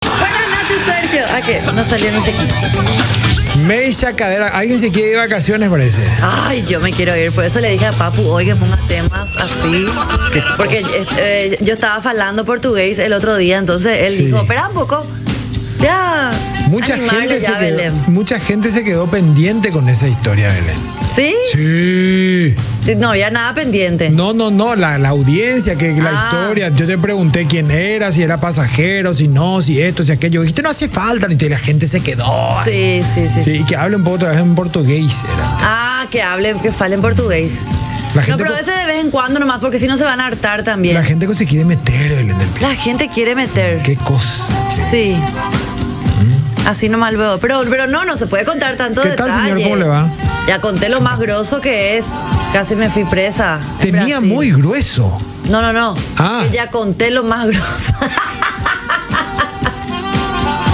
verdad Ah, que no salieron Meisha Cadera, alguien se quiere ir de vacaciones parece. Ay, yo me quiero ir. Por eso le dije a Papu hoy que ponga temas así. Porque es- eh, yo estaba hablando portugués el otro día, entonces él Sí. dijo, espera un poco. Ya. Mucha animarle gente, ya, se quedó, Belén". mucha gente se quedó pendiente con esa historia, Belén. ¿Sí? Sí. Sí, No había nada pendiente. No, no, no, la, la audiencia, que que la Ah. historia. Yo te pregunté quién era, si era pasajero, si no, si esto, si aquello. Dijiste, no hace falta, ni te- la gente se quedó. Sí, sí, sí. Sí, y que hablen un poco otra vez en portugués. Era. Ah, que hablen, que falen portugués. La No, gente pero co- ese de vez en cuando nomás, porque si no se van a hartar también. La gente que se quiere meter, Belén del Pino. La gente quiere meter. Qué cosa. che. Sí. Así nomás lo veo. Pero, pero no, no se puede contar tanto ¿Mm? ¿Qué tal, detalle. señor? ¿Cómo le va? Ya conté lo más grosso que es. Casi me fui presa. en Tenía Brasil. muy grueso. No, no, no. Ah. Que Ya conté lo más grosso.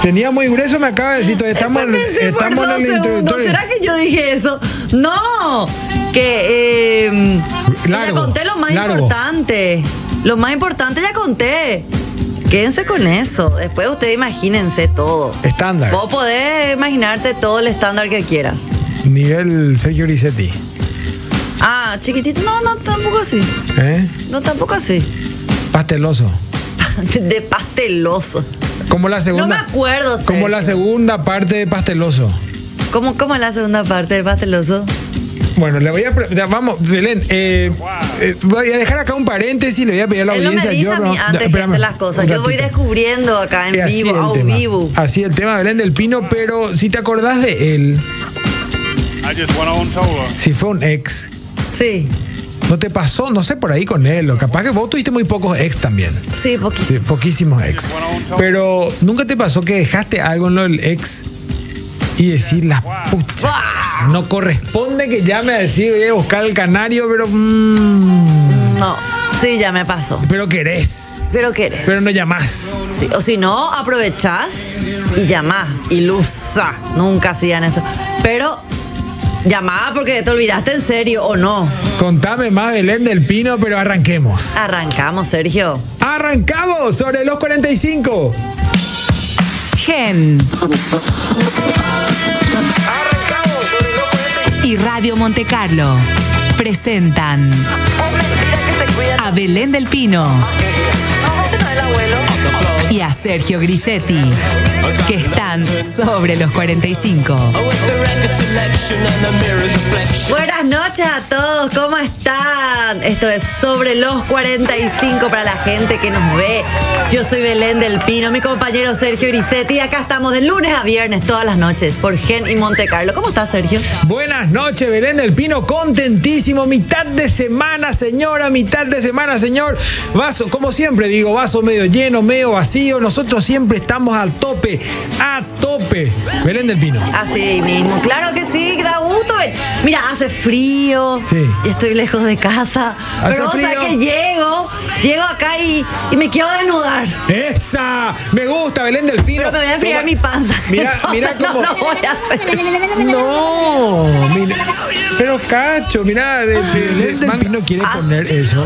Tenía muy grueso, me acaba de decir. todavía Estamos, en- Pensé por dos estamos en el segundos. introductorio. ¿Será que yo dije eso? No. Que eh, ya Largo, conté lo más largo. importante. Lo más importante ya conté. Quédense con eso. Después ustedes imagínense todo. Estándar. Vos podés imaginarte todo el estándar que quieras. Nivel Sergio Grisetti. Ah, chiquitito. No, no, tampoco así. ¿eh? No, tampoco así. Pasteloso. De pasteloso. Como la segunda. No me acuerdo, Como Sergio. la segunda parte de Pasteloso. ¿Cómo, cómo es la segunda parte de pasteloso? Bueno, le voy a. pre- Vamos, Belén. eh, eh, voy a dejar acá un paréntesis y le voy a pedir a la Él no me audiencia. dice yo a mí no- antes espérame, gente, las cosas. un Yo voy ratito. descubriendo acá en Eh, así vivo, el a tema. vivo. Así el tema de Belén del Pino, pero si te acordás de él, I just went on Tola. si fue un ex, Sí, no te pasó, no sé, por ahí con él, o capaz que vos tuviste muy pocos ex también. sí, Sí, poquísimo. poquísimos ex. Pero nunca te pasó que dejaste algo en lo del ex y decir la pucha. No corresponde que llame a decir, voy a buscar al canario, pero. mm, No, sí, ya me pasó. pero querés, Pero ¿qué eres? pero no llamás. Sí, O si no, aprovechás y llamás. Ilusa. Nunca hacían eso. Pero llamá porque te olvidaste en serio o no. Contame más, Belén del Pino, pero arranquemos. Arrancamos, Sergio. ¡Arrancamos sobre los 45! Gen y Radio Monte Carlo presentan a Belén del Pino y a Sergio Grisetti, que están sobre los 45. Buenas noches a todos, ¿cómo están? Esto es Sobre los 45 para la gente que nos ve. Yo soy Belén del Pino, mi compañero Sergio Grisetti y acá estamos de lunes a viernes todas las noches por Gen y Monte Carlo. ¿Cómo estás, Sergio? Buenas noches, Belén del Pino, contentísimo. Mitad de semana, señora, mitad de semana, señor. Vaso, como siempre digo, vaso medio lleno, medio vacío. Nosotros siempre estamos al tope, a tope. Belén del Pino. Así mismo, claro que sí, da gusto. ven. Mira, hace frío, Sí. y estoy lejos de casa, Hace pero o sea frío. que llego, llego acá y, y me quiero desnudar. ¡Esa! Me gusta, Belén del Pino. Pero me voy a enfriar mi panza. Mira, entonces mira cómo. No lo voy a hacer. No, mira. Pero cacho, mira, Belén del Pino quiere Ah. poner eso.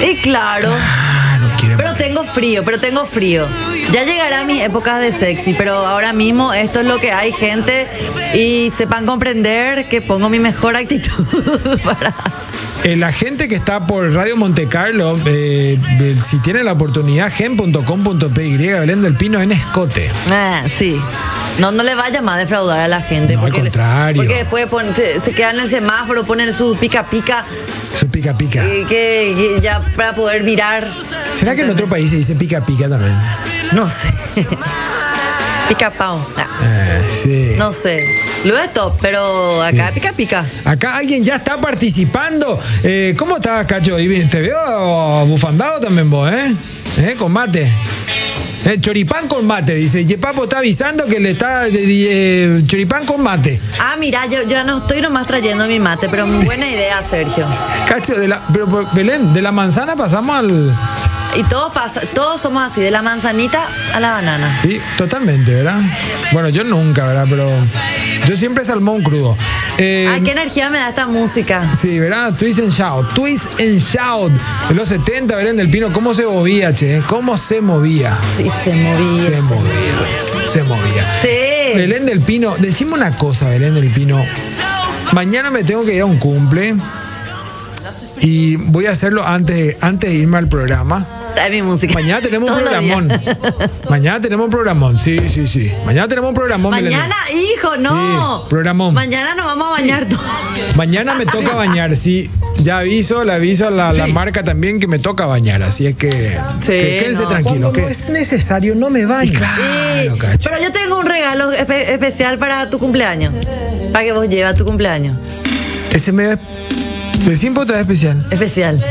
Y claro. Ah, no quiere. Pero tengo frío, pero tengo frío. Ya llegará mis épocas de sexy, pero ahora mismo esto es lo que hay, gente. Y sepan comprender que pongo mi mejor actitud para. Eh, la gente que está por Radio Monte Carlo, eh, eh, si tiene la oportunidad, gen.com.py, Belén del Pino en escote. Ah, sí. No, no le vaya más a defraudar a la gente. No, al le- contrario. Porque después pon- se, se quedan en el semáforo, ponen su pica pica, Su pica pica. eh, que, que ya para poder mirar. ¿Será que en otro país se dice pica pica también? No sé. pica pao. Ah, Eh, sí. no sé. Lo de top, pero acá Sí. pica pica. Acá alguien ya está participando. Eh, ¿Cómo estás, Cacho? Ahí bien, Te veo bufandado también vos, ¿eh? ¿Eh? Con mate. Eh, choripán con mate, dice. Yepapo está avisando que le está. eh, choripán con mate. Ah, mira, yo ya no estoy nomás trayendo mi mate, pero buena idea, Sergio. Cacho, de la, pero, pero, Belén, de la manzana pasamos al. Y todos pasa, todos somos así, de la manzanita a la banana. Sí, totalmente, ¿verdad? Bueno, yo nunca, ¿verdad? Pero yo siempre salmón crudo. Eh, Ay, qué energía me da esta música. Sí, ¿verdad? Twist and Shout. Twist and Shout. En los 70, Belén del Pino, ¿cómo se movía, che? ¿Cómo se movía? Sí, se movía. Se movía. se movía. Sí. Belén del Pino, decime una cosa, Belén del Pino. Mañana me tengo que ir a un cumple. Y voy a hacerlo antes, antes de irme al programa. Dame mi música. Mañana tenemos un Todos los días. programón. Mañana tenemos un programón. Sí, sí, sí. Mañana tenemos un programón. Belén. Mañana, hijo, no. Sí, programón. Mañana nos vamos a bañar todos. Mañana me toca bañar, sí. Ya aviso, le aviso a la, la Sí. marca también que me toca bañar. Así es que, que quédense no. tranquilos. Que... es necesario, no me Y baño. claro, Sí, cacho. Pero yo tengo un regalo espe- especial para tu cumpleaños. Para que vos lleves a tu cumpleaños. Ese me. De siempre otra vez especial. Especial.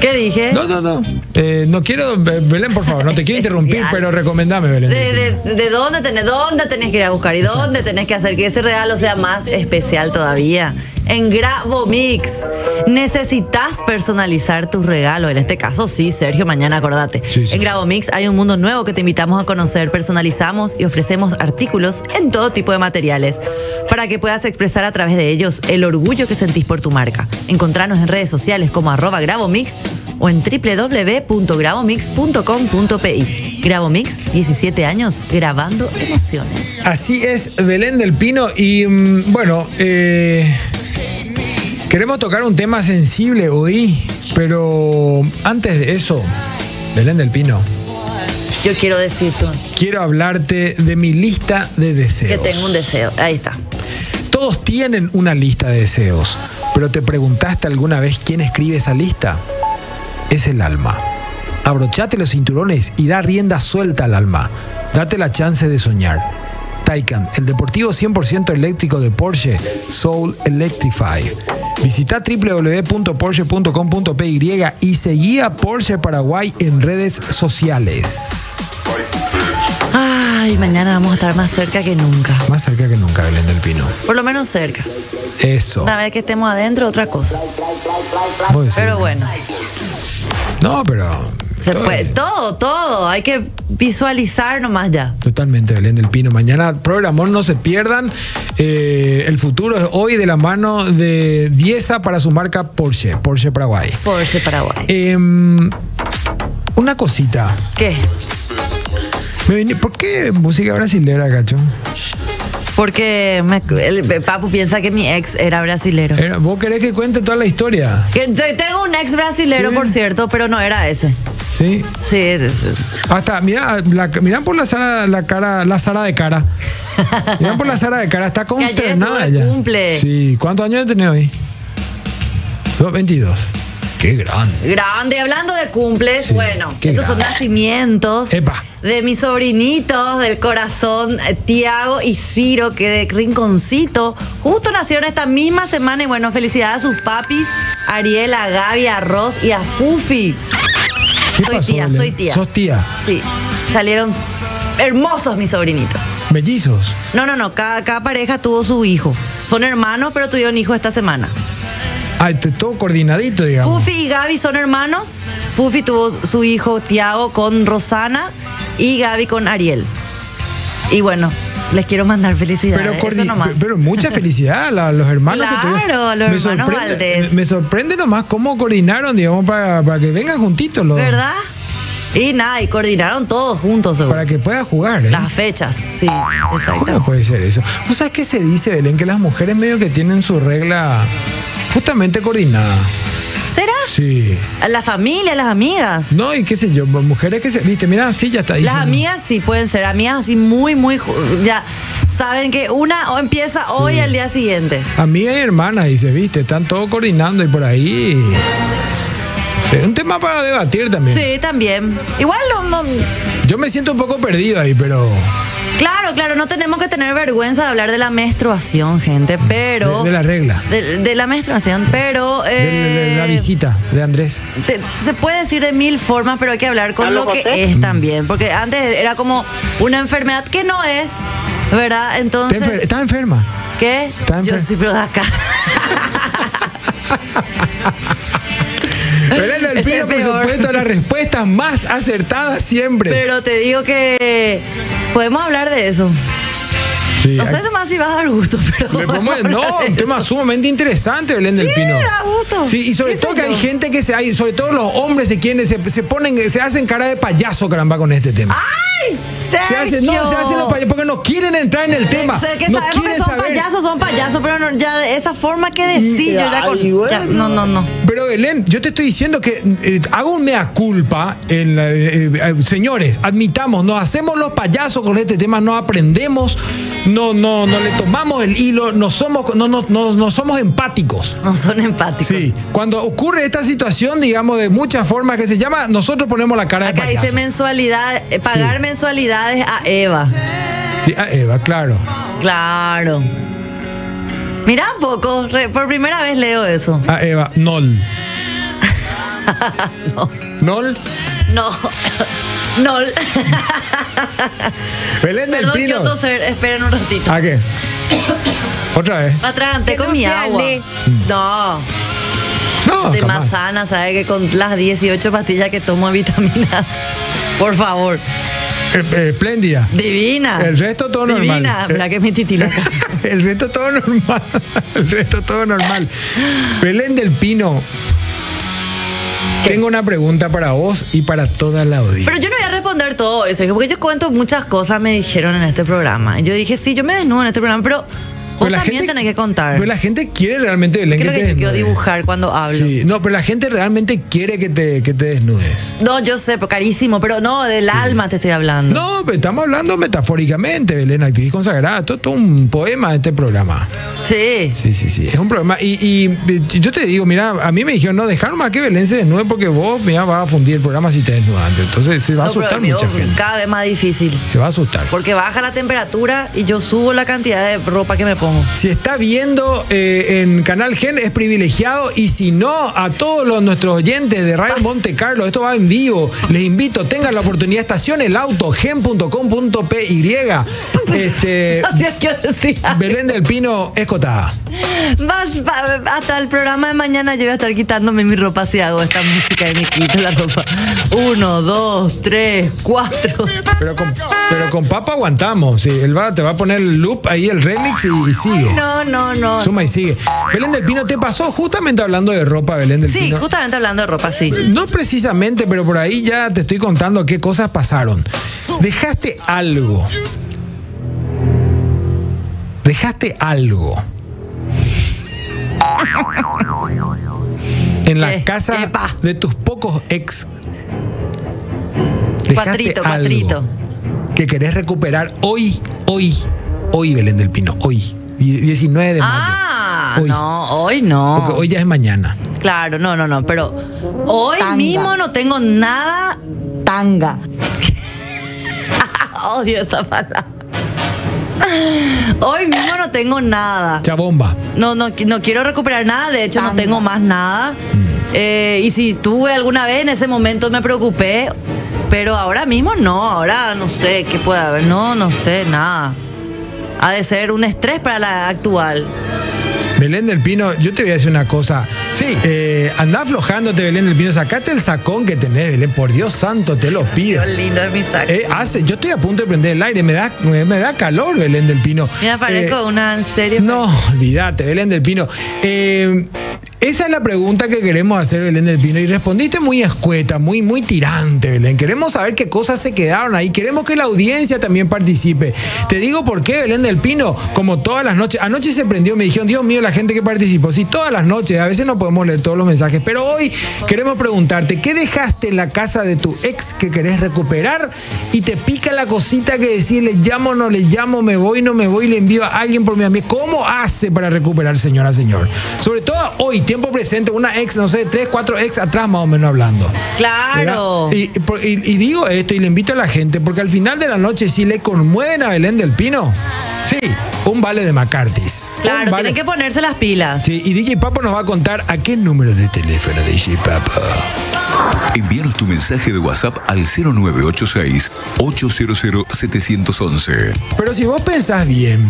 ¿Qué dije? No, no, no. Eh, no quiero, Be- Belén, por favor, no te quiero interrumpir, Especial. pero recomendame, Belén. De, de- de dónde tenés, dónde tenés que ir a buscar y dónde tenés que hacer que ese regalo sea más especial todavía. En Gravomix necesitas personalizar tu regalo. En este caso, sí, Sergio, mañana acordate. Sí, sí. En Gravomix hay un mundo nuevo que te invitamos a conocer. Personalizamos y ofrecemos artículos en todo tipo de materiales para que puedas expresar a través de ellos el orgullo que sentís por tu marca. Encontranos en redes sociales como arroba Gravomix o en www.grabomix.com.pi. Gravomix, 17 años grabando emociones. Así es, Belén del Pino. Y mm, bueno, eh, queremos tocar un tema sensible hoy, pero antes de eso, Belén del Pino, Yo quiero decirte quiero hablarte de mi lista de deseos. que tengo un deseo. Ahí está. Todos tienen una lista de deseos, pero ¿te preguntaste alguna vez quién escribe esa lista? Es el alma. Abrochate los cinturones y da rienda suelta al alma. Date la chance de soñar. Taycan, el deportivo 100% eléctrico de Porsche, Soul Electrify. Visita www.porsche.com.py y seguí a Porsche Paraguay en redes sociales. Ay, mañana vamos a estar más cerca que nunca. Más cerca que nunca, Belén del Pino. Por lo menos cerca. Eso. Una vez que estemos adentro, otra cosa. Vos decís. Pero bueno, No, pero... se todo puede. bien. Todo, todo. Hay que visualizar nomás ya. Totalmente, Belén del Pino. Mañana, programón, no se pierdan. Eh, el futuro es hoy de la mano de Dieza para su marca Porsche, Porsche Paraguay. Porsche Paraguay. Em, una cosita. ¿Qué? Me vine- ¿Por qué música brasilera, cacho? Porque me- el papu piensa que mi ex era brasilero. Era- ¿Vos querés que cuente toda la historia? Que te- tengo un ex brasilero, Sí. por cierto, pero no era ese. Sí. Sí, ese, ese. Hasta, mirá, la- mirá por la Sara, la cara, la Sara de cara. Mirá por la Sara de cara, está Que ayer consternada estuvo de ya. cumple. Sí, ¿cuántos años tenés hoy? Dos, 22. Qué grande. Grande, hablando de cumples, Sí, bueno, qué estos son grande. nacimientos Epa. de mis sobrinitos del corazón, eh, Tiago y Ciro, que de Rinconcito justo nacieron esta misma semana. Y bueno, felicidades a sus papis, Ariel, a Gaby, a Ross y a Fufi. ¿Qué Soy pasó, tía, Belén? soy tía. Sos tía. Sí, salieron hermosos mis sobrinitos. Mellizos. No, no, no, cada, cada pareja tuvo su hijo. Son hermanos, pero tuvieron hijo esta semana. Ah, este, todo coordinadito, digamos. Fufi y Gaby son hermanos. Fufi tuvo su hijo Tiago con Rosana y Gaby con Ariel. Y bueno, les quiero mandar felicidades. Pero, eh, Eso coordi- nomás. pero mucha felicidad a la- a los hermanos que Claro, tuvieron. los hermanos sorprende, Valdés. me- Me sorprende nomás cómo coordinaron, digamos, para, para que vengan juntitos los. ¿Verdad? Y nada, y coordinaron todos juntos seguro. Para que puedan jugar, ¿eh? Las fechas, sí, ¿Cómo exacto. puede ser eso? ¿Vos sabés qué se dice, Belén? Que las mujeres medio que tienen su regla justamente coordinada. pues. ¿Será? Sí. A La familia, las amigas. No, y qué sé yo, mujeres que se. Viste, mira, sí, ya está ahí. Las amigas sí pueden ser amigas así muy, muy... ju- Ya saben que una o empieza hoy y al día siguiente. Amigas y hermanas, dice, viste, están todo coordinando y por ahí. Sí, un tema para debatir también. Sí, también. Igual no- no, Yo me siento un poco perdido ahí, pero. Claro, claro, no tenemos que tener vergüenza de hablar de la menstruación, gente, pero... De, de la regla. De, de la menstruación, pero... De, de- de la eh, visita de Andrés. te- se puede decir de mil formas, pero hay que hablar con ¿Aló, lo que José? Mm. es también, porque antes era como una enfermedad que no es, ¿verdad? Está Entonces... enfer- está enferma. ¿Qué? está Yo enfer- soy pro de acá. Belén del Es el Pino, por peor. supuesto, las respuestas más acertadas siempre. Pero te digo que podemos hablar de eso. Sí, no sé hay- nomás si vas a dar gusto, pero. Le pongo- no, un tema sumamente interesante, Belén del Sí, Pino. da gusto. Sí, y sobre ¿Qué todo sé que hay yo? gente que se hay, sobre todo los hombres se quieren, se, se ponen, se hacen cara de payaso, caramba, con este tema. ¡Ay! se hacen, no, se hacen los payasos porque no quieren entrar en el tema. O sea, que no sabemos que quieren son saber. payasos, son payasos, pero no, ya de esa forma que decís, yo ya con. Ay, bueno. ya- no, no, no. Pero Belén, yo te estoy diciendo que eh, hago un mea culpa. en la- eh, eh, señores, admitamos, nos hacemos los payasos con este tema, no aprendemos, no, no, no le tomamos el hilo, no somos, no, no, no, no somos empáticos. No son empáticos. Sí, cuando ocurre esta situación, digamos, de muchas formas que se llama, nosotros ponemos la cara Acá de dice payaso. mensualidad, eh, pagar Sí. mensualidades a Eva. Sí, ah, Eva, claro. Claro. Mirá un poco, re- por primera vez leo eso. Ah, Eva, Nol. Nol. No. No. Belén del Perdón, Pino. yo toser, esperen un ratito. ¿A qué? Otra vez. Patrán, te Que no comí sea agua. ne- No, No, de Mm. jamás. más sana, ¿sabes? Que con las 18 pastillas que tomo de vitamina. Por favor. Eh, eh, espléndida. Divina. El resto todo normal. Divina. Eh. La que es mi titilaca. El resto todo normal. El resto todo normal. Belén del Pino. Tengo una pregunta para vos y para toda la audiencia. Pero yo no voy a responder todo eso, porque yo cuento muchas cosas, me dijeron en este programa. Y Yo dije, sí, yo me desnudo en este programa, pero vos Pero Pues la también gente- tenés que contar. Pero la gente quiere realmente Belén ¿Qué es lo que que te yo quiero desnudes. dibujar cuando hablo? Sí, no, pero la gente realmente quiere que te, que te desnudes. No, yo sé, pero carísimo, pero no, del alma te estoy hablando. No, pero estamos hablando metafóricamente, Belén, actriz consagrada. Todo, todo un poema de este programa. Sí. Sí, sí, sí. Es un programa. Y, y yo te digo, mira, a mí me dijeron, no, dejar más que Belén se desnude porque vos, mira, vas a fundir el programa si te desnudas antes. Entonces se va a No, pero asustar mi mucha ojo, gente. Cada vez más difícil. Se va a asustar. Porque baja la temperatura y yo subo la cantidad de ropa que me pongo. Si está viendo eh, en Canal Gen es privilegiado y si no, a todos los, nuestros oyentes de Radio Pas- Monte Carlo, esto va en vivo, les invito, tengan la oportunidad, estación el auto, gen.com.py. Este, Gracias, quiero decir. Belén del Pino, escotada. Vas- va- hasta el programa de mañana yo voy a estar quitándome mi ropa si hago esta música y me quito la ropa. Uno, dos, tres, cuatro. Pero con, pero con Papa aguantamos, sí, él va, te va a poner el loop ahí, el remix y, y sigue. No, no, no. Suma y sigue. Belén del Pino, ¿te pasó justamente hablando de ropa, Belén del Sí, Pino? justamente hablando de ropa, sí. No precisamente, pero por ahí ya te estoy contando qué cosas pasaron. Dejaste algo. Dejaste algo. En la ¿Qué? casa Epa. de tus pocos ex. Dejaste Cuatrito, algo cuatrito. Que querés recuperar hoy, hoy, hoy, Belén del Pino, hoy. die- 19 de mayo. Ah, Hoy. no, hoy Porque no. hoy ya es mañana. Claro, no, no, no, pero hoy Tanga. mismo no tengo nada. Tanga. Odio esa palabra. Hoy mismo no tengo nada. Chabomba. No, no, no quiero recuperar nada, de hecho no Tanga. tengo más nada. Mm. Eh, y si tuve alguna vez en ese momento me preocupé, pero ahora mismo no, ahora no sé qué puede haber, no, no sé, nada. Ha de ser un estrés para la actual. Belén del Pino, yo te voy a decir una cosa. Sí. anda aflojándote, Belén del Pino. Sacate el sacón que tenés, Belén. Por Dios santo, te lo pido. Qué lindo es mi saco. Eh, hace, yo estoy a punto de prender el aire. Me da, me, me da calor, Belén del Pino. Mira, parezco Eh, una en serio. No, olvídate, Belén del Pino. Eh, esa es la pregunta que queremos hacer, Belén del Pino. Y respondiste muy escueta, muy, muy tirante, Belén. Queremos saber qué cosas se quedaron ahí. Queremos que la audiencia también participe. Te digo por qué, Belén del Pino, como todas las noches. Anoche se prendió, me dijeron, Dios mío, la gente que participó. Sí, todas las noches. A veces no podemos leer todos los mensajes. Pero hoy queremos preguntarte, ¿qué dejaste en la casa de tu ex que querés recuperar? Y te pica la cosita que decís, le llamo, no le llamo, me voy, no me voy, le envío a alguien por mi amigo. ¿Cómo hace para recuperar, señora, señor? Sobre todo hoy, tiempo presente, una ex, no sé, tres, cuatro ex atrás más o menos hablando. Claro. ¿Verdad? Y, por- y- y digo esto y le invito a la gente, porque al final de la noche, si le conmueven a Belén del Pino, sí, un vale de Macartis. Un Claro, oh, vale- tienen que ponerse las pilas. Sí, y DJ Papo nos va a contar a qué número de teléfono DJ Papo. Envíanos tu mensaje de WhatsApp al 0986 800 711. Pero si vos pensás bien,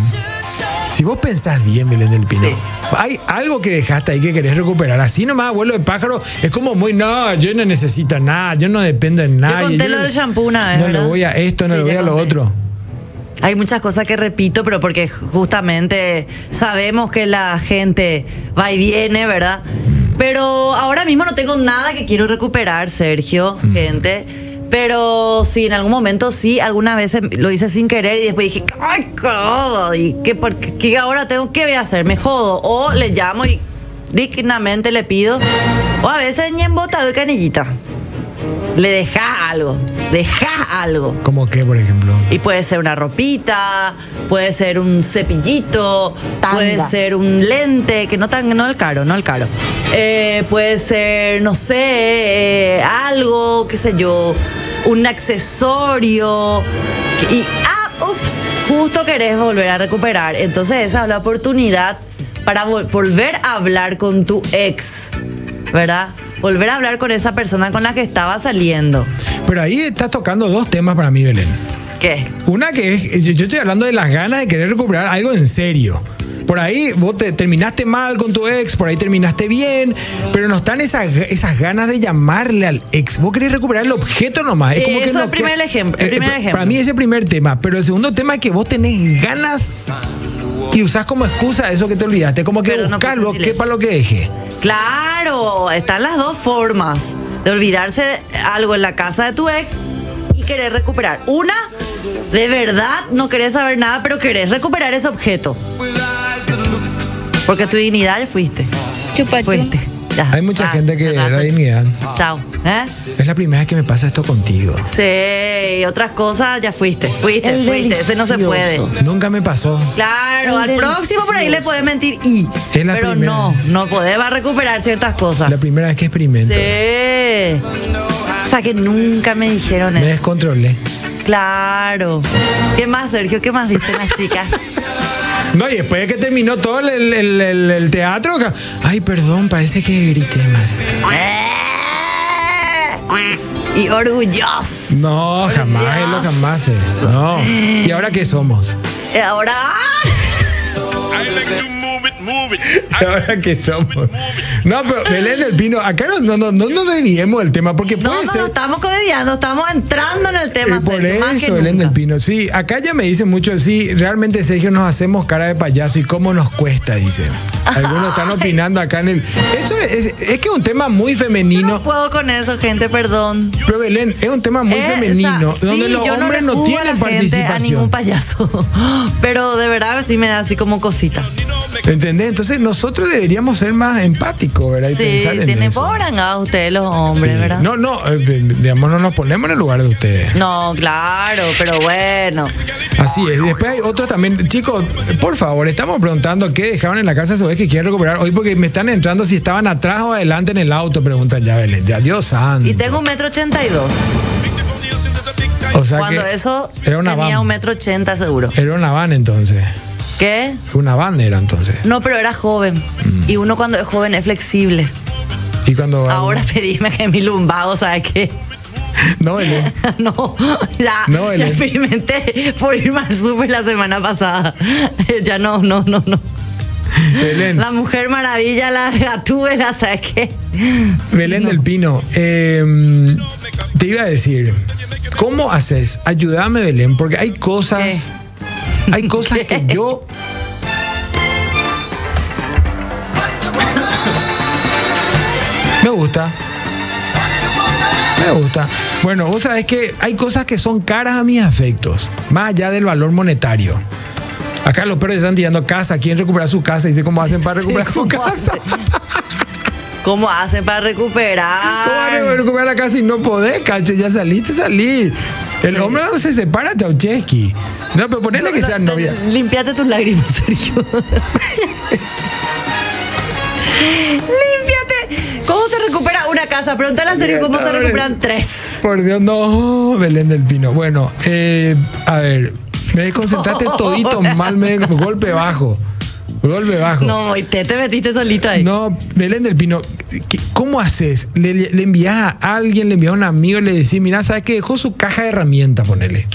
si vos pensás bien, Belén del Pino, Sí. hay algo que dejaste ahí que querés recuperar. Así nomás, abuelo de pájaro, es como muy, no, yo no necesito nada, yo no dependo de nadie. conté yo lo no- del shampoo una vez, No le ¿verdad? voy a esto, no Sí, le voy ya a lo conté. otro. Hay muchas cosas que repito, pero porque justamente sabemos que la gente va y viene, ¿verdad? Pero ahora mismo no tengo nada que quiero recuperar, Sergio, gente. Pero sí, en algún momento sí, algunas veces lo hice sin querer y después dije, ¡ay, codo! ¿Y qué, por qué, qué ahora tengo que hacer? Me jodo. O le llamo y dignamente le pido. O a veces ni en bota doy canillita. Le deja algo. Deja algo. ¿Cómo qué, por ejemplo? Y puede ser una ropita, puede ser un cepillito, Tanga. puede ser un lente, que no tan, no el caro, no el caro. Eh, puede ser, no sé, eh, algo, qué sé yo, un accesorio. que- Y, ah, ups, justo querés volver a recuperar. Entonces esa es la oportunidad para vol- volver a hablar con tu ex, ¿verdad? Volver a hablar con esa persona con la que estaba saliendo. Pero ahí estás tocando dos temas para mí, Belén. ¿Qué? Una que es, yo, yo estoy hablando de las ganas de querer recuperar algo en serio. Por ahí vos te terminaste mal con tu ex, por ahí terminaste bien, pero no están esas, esas ganas de llamarle al ex. Vos querés recuperar el objeto nomás. Es Eh, como que eso no es el primer que- ejemplo, el Eh, primer pa- ejemplo. Para mí ese primer tema, pero el segundo tema es que vos tenés ganas y usás como excusa eso que te olvidaste, como que Pero no buscar puse lo que silencio. para lo que dejé. Claro, están las dos formas de olvidarse de algo en la casa de tu ex y querer recuperar. Una, de verdad no querés saber nada, pero querés recuperar ese objeto. Porque tu dignidad ya fuiste. Chupa, Fuiste. Ya. Hay mucha gente que cerrate. da dignidad. Chao. ¿Eh? Es la primera vez que me pasa esto contigo. Sí, y otras cosas ya fuiste. Fuiste, El fuiste. Ese no se puede. delicioso. Nunca me pasó. Claro, El al próximo por ahí delicioso. le podés mentir y. Es la Pero primera. no, no podés va a recuperar ciertas cosas. La primera vez que experimento. Sí. O sea que nunca me dijeron Me eso. descontrolé. Claro. ¿Qué más, Sergio? ¿Qué más dicen las chicas? No, y después de que terminó todo el, el- el- el- el teatro, ca- ay, perdón, parece que grité más. y orgulloso. No, jamás, es lo jamás. eh. No. ¿Y ahora qué somos? Y Eh, Ahora. I like to move it, move it. I ¿Ahora qué somos? No, pero Belén del Pino, acá no, no, no, no, no desviemos el tema, porque No, puede no, ser. no estamos codiando, estamos entrando en el Eh, tema. por Sergio, más que eso, Belén del nunca. Pino. Sí, acá ya me dicen mucho, sí, realmente Sergio nos hacemos cara de payaso y cómo nos cuesta, dicen. Algunos están opinando acá en el. Eso es, es que es un tema muy Yo femenino. no puedo con eso, gente, perdón. Pero Belén, es un tema muy Eh, femenino, o sea, donde sí, los yo hombres no, recubo a la tienen gente, A ningún participación. payaso. Pero de verdad sí me da así como cosita. ¿Entendés? Entonces nosotros deberíamos ser más empáticos, ¿verdad? Y Sí, pensar en tienen eso. pobrangado ustedes los Sí. hombres, ¿verdad? No, no, eh, digamos, no nos ponemos en el lugar de ustedes. No, claro, pero bueno. Así es. Y Después hay otro también. Chicos, por favor, estamos preguntando qué dejaron en la casa su vez que quieren recuperar hoy porque me están entrando si estaban atrás o adelante en el auto, preguntan ya, Belén. Ya, Dios santo. Y tengo un metro ochenta y dos. o sea Cuando que eso Ah, era una tenía van. un metro ochenta seguro. Era una van entonces. ¿Qué? Una van era entonces. No, pero era joven. Mm. Y uno cuando es joven es flexible. Y cuando. Ahora pedime que mi lumbago, ¿sabes qué? No, Belén. No, ya, No, ya Belén. experimenté por ir mal súper la semana pasada. Ya no, no, no, no. Belén. La mujer maravilla, la gatúbela, ¿sabes qué? Belén del Pino, eh, te iba a decir, ¿cómo haces? Ayúdame, Belén, porque hay cosas, hay cosas que yo. Me gusta. Me gusta. Bueno, vos sabés que hay cosas que son caras a mis afectos, más allá del valor monetario. Acá los perros están tirando casa, quieren recuperar su casa, dice cómo hacen para Sí, recuperar su ¿cómo casa. ¿Cómo hacen para recuperar? ¿Cómo vas a recuperar la casa y no podés, cacho? Ya saliste, salí. El hombre no se separa, Chauchesky. No, pero ponele que sea No, novia. Limpiate tus lágrimas, Sergio. Límpiate. ¿Cómo se recupera una casa? Pregúntale a Sergio cómo se Libertadores. recuperan tres. Por Dios, no, Belén del Pino. Bueno, eh, a ver, me desconcentraste todito mal, me golpe bajo. Golpe bajo. No, Moite, te metiste solito ahí. No, Belén del Pino, ¿qué- ¿cómo haces? ¿Le, le envías a alguien, le envías a un amigo, le decís, mirá, ¿sabes qué? Dejó su caja de herramientas, ponele.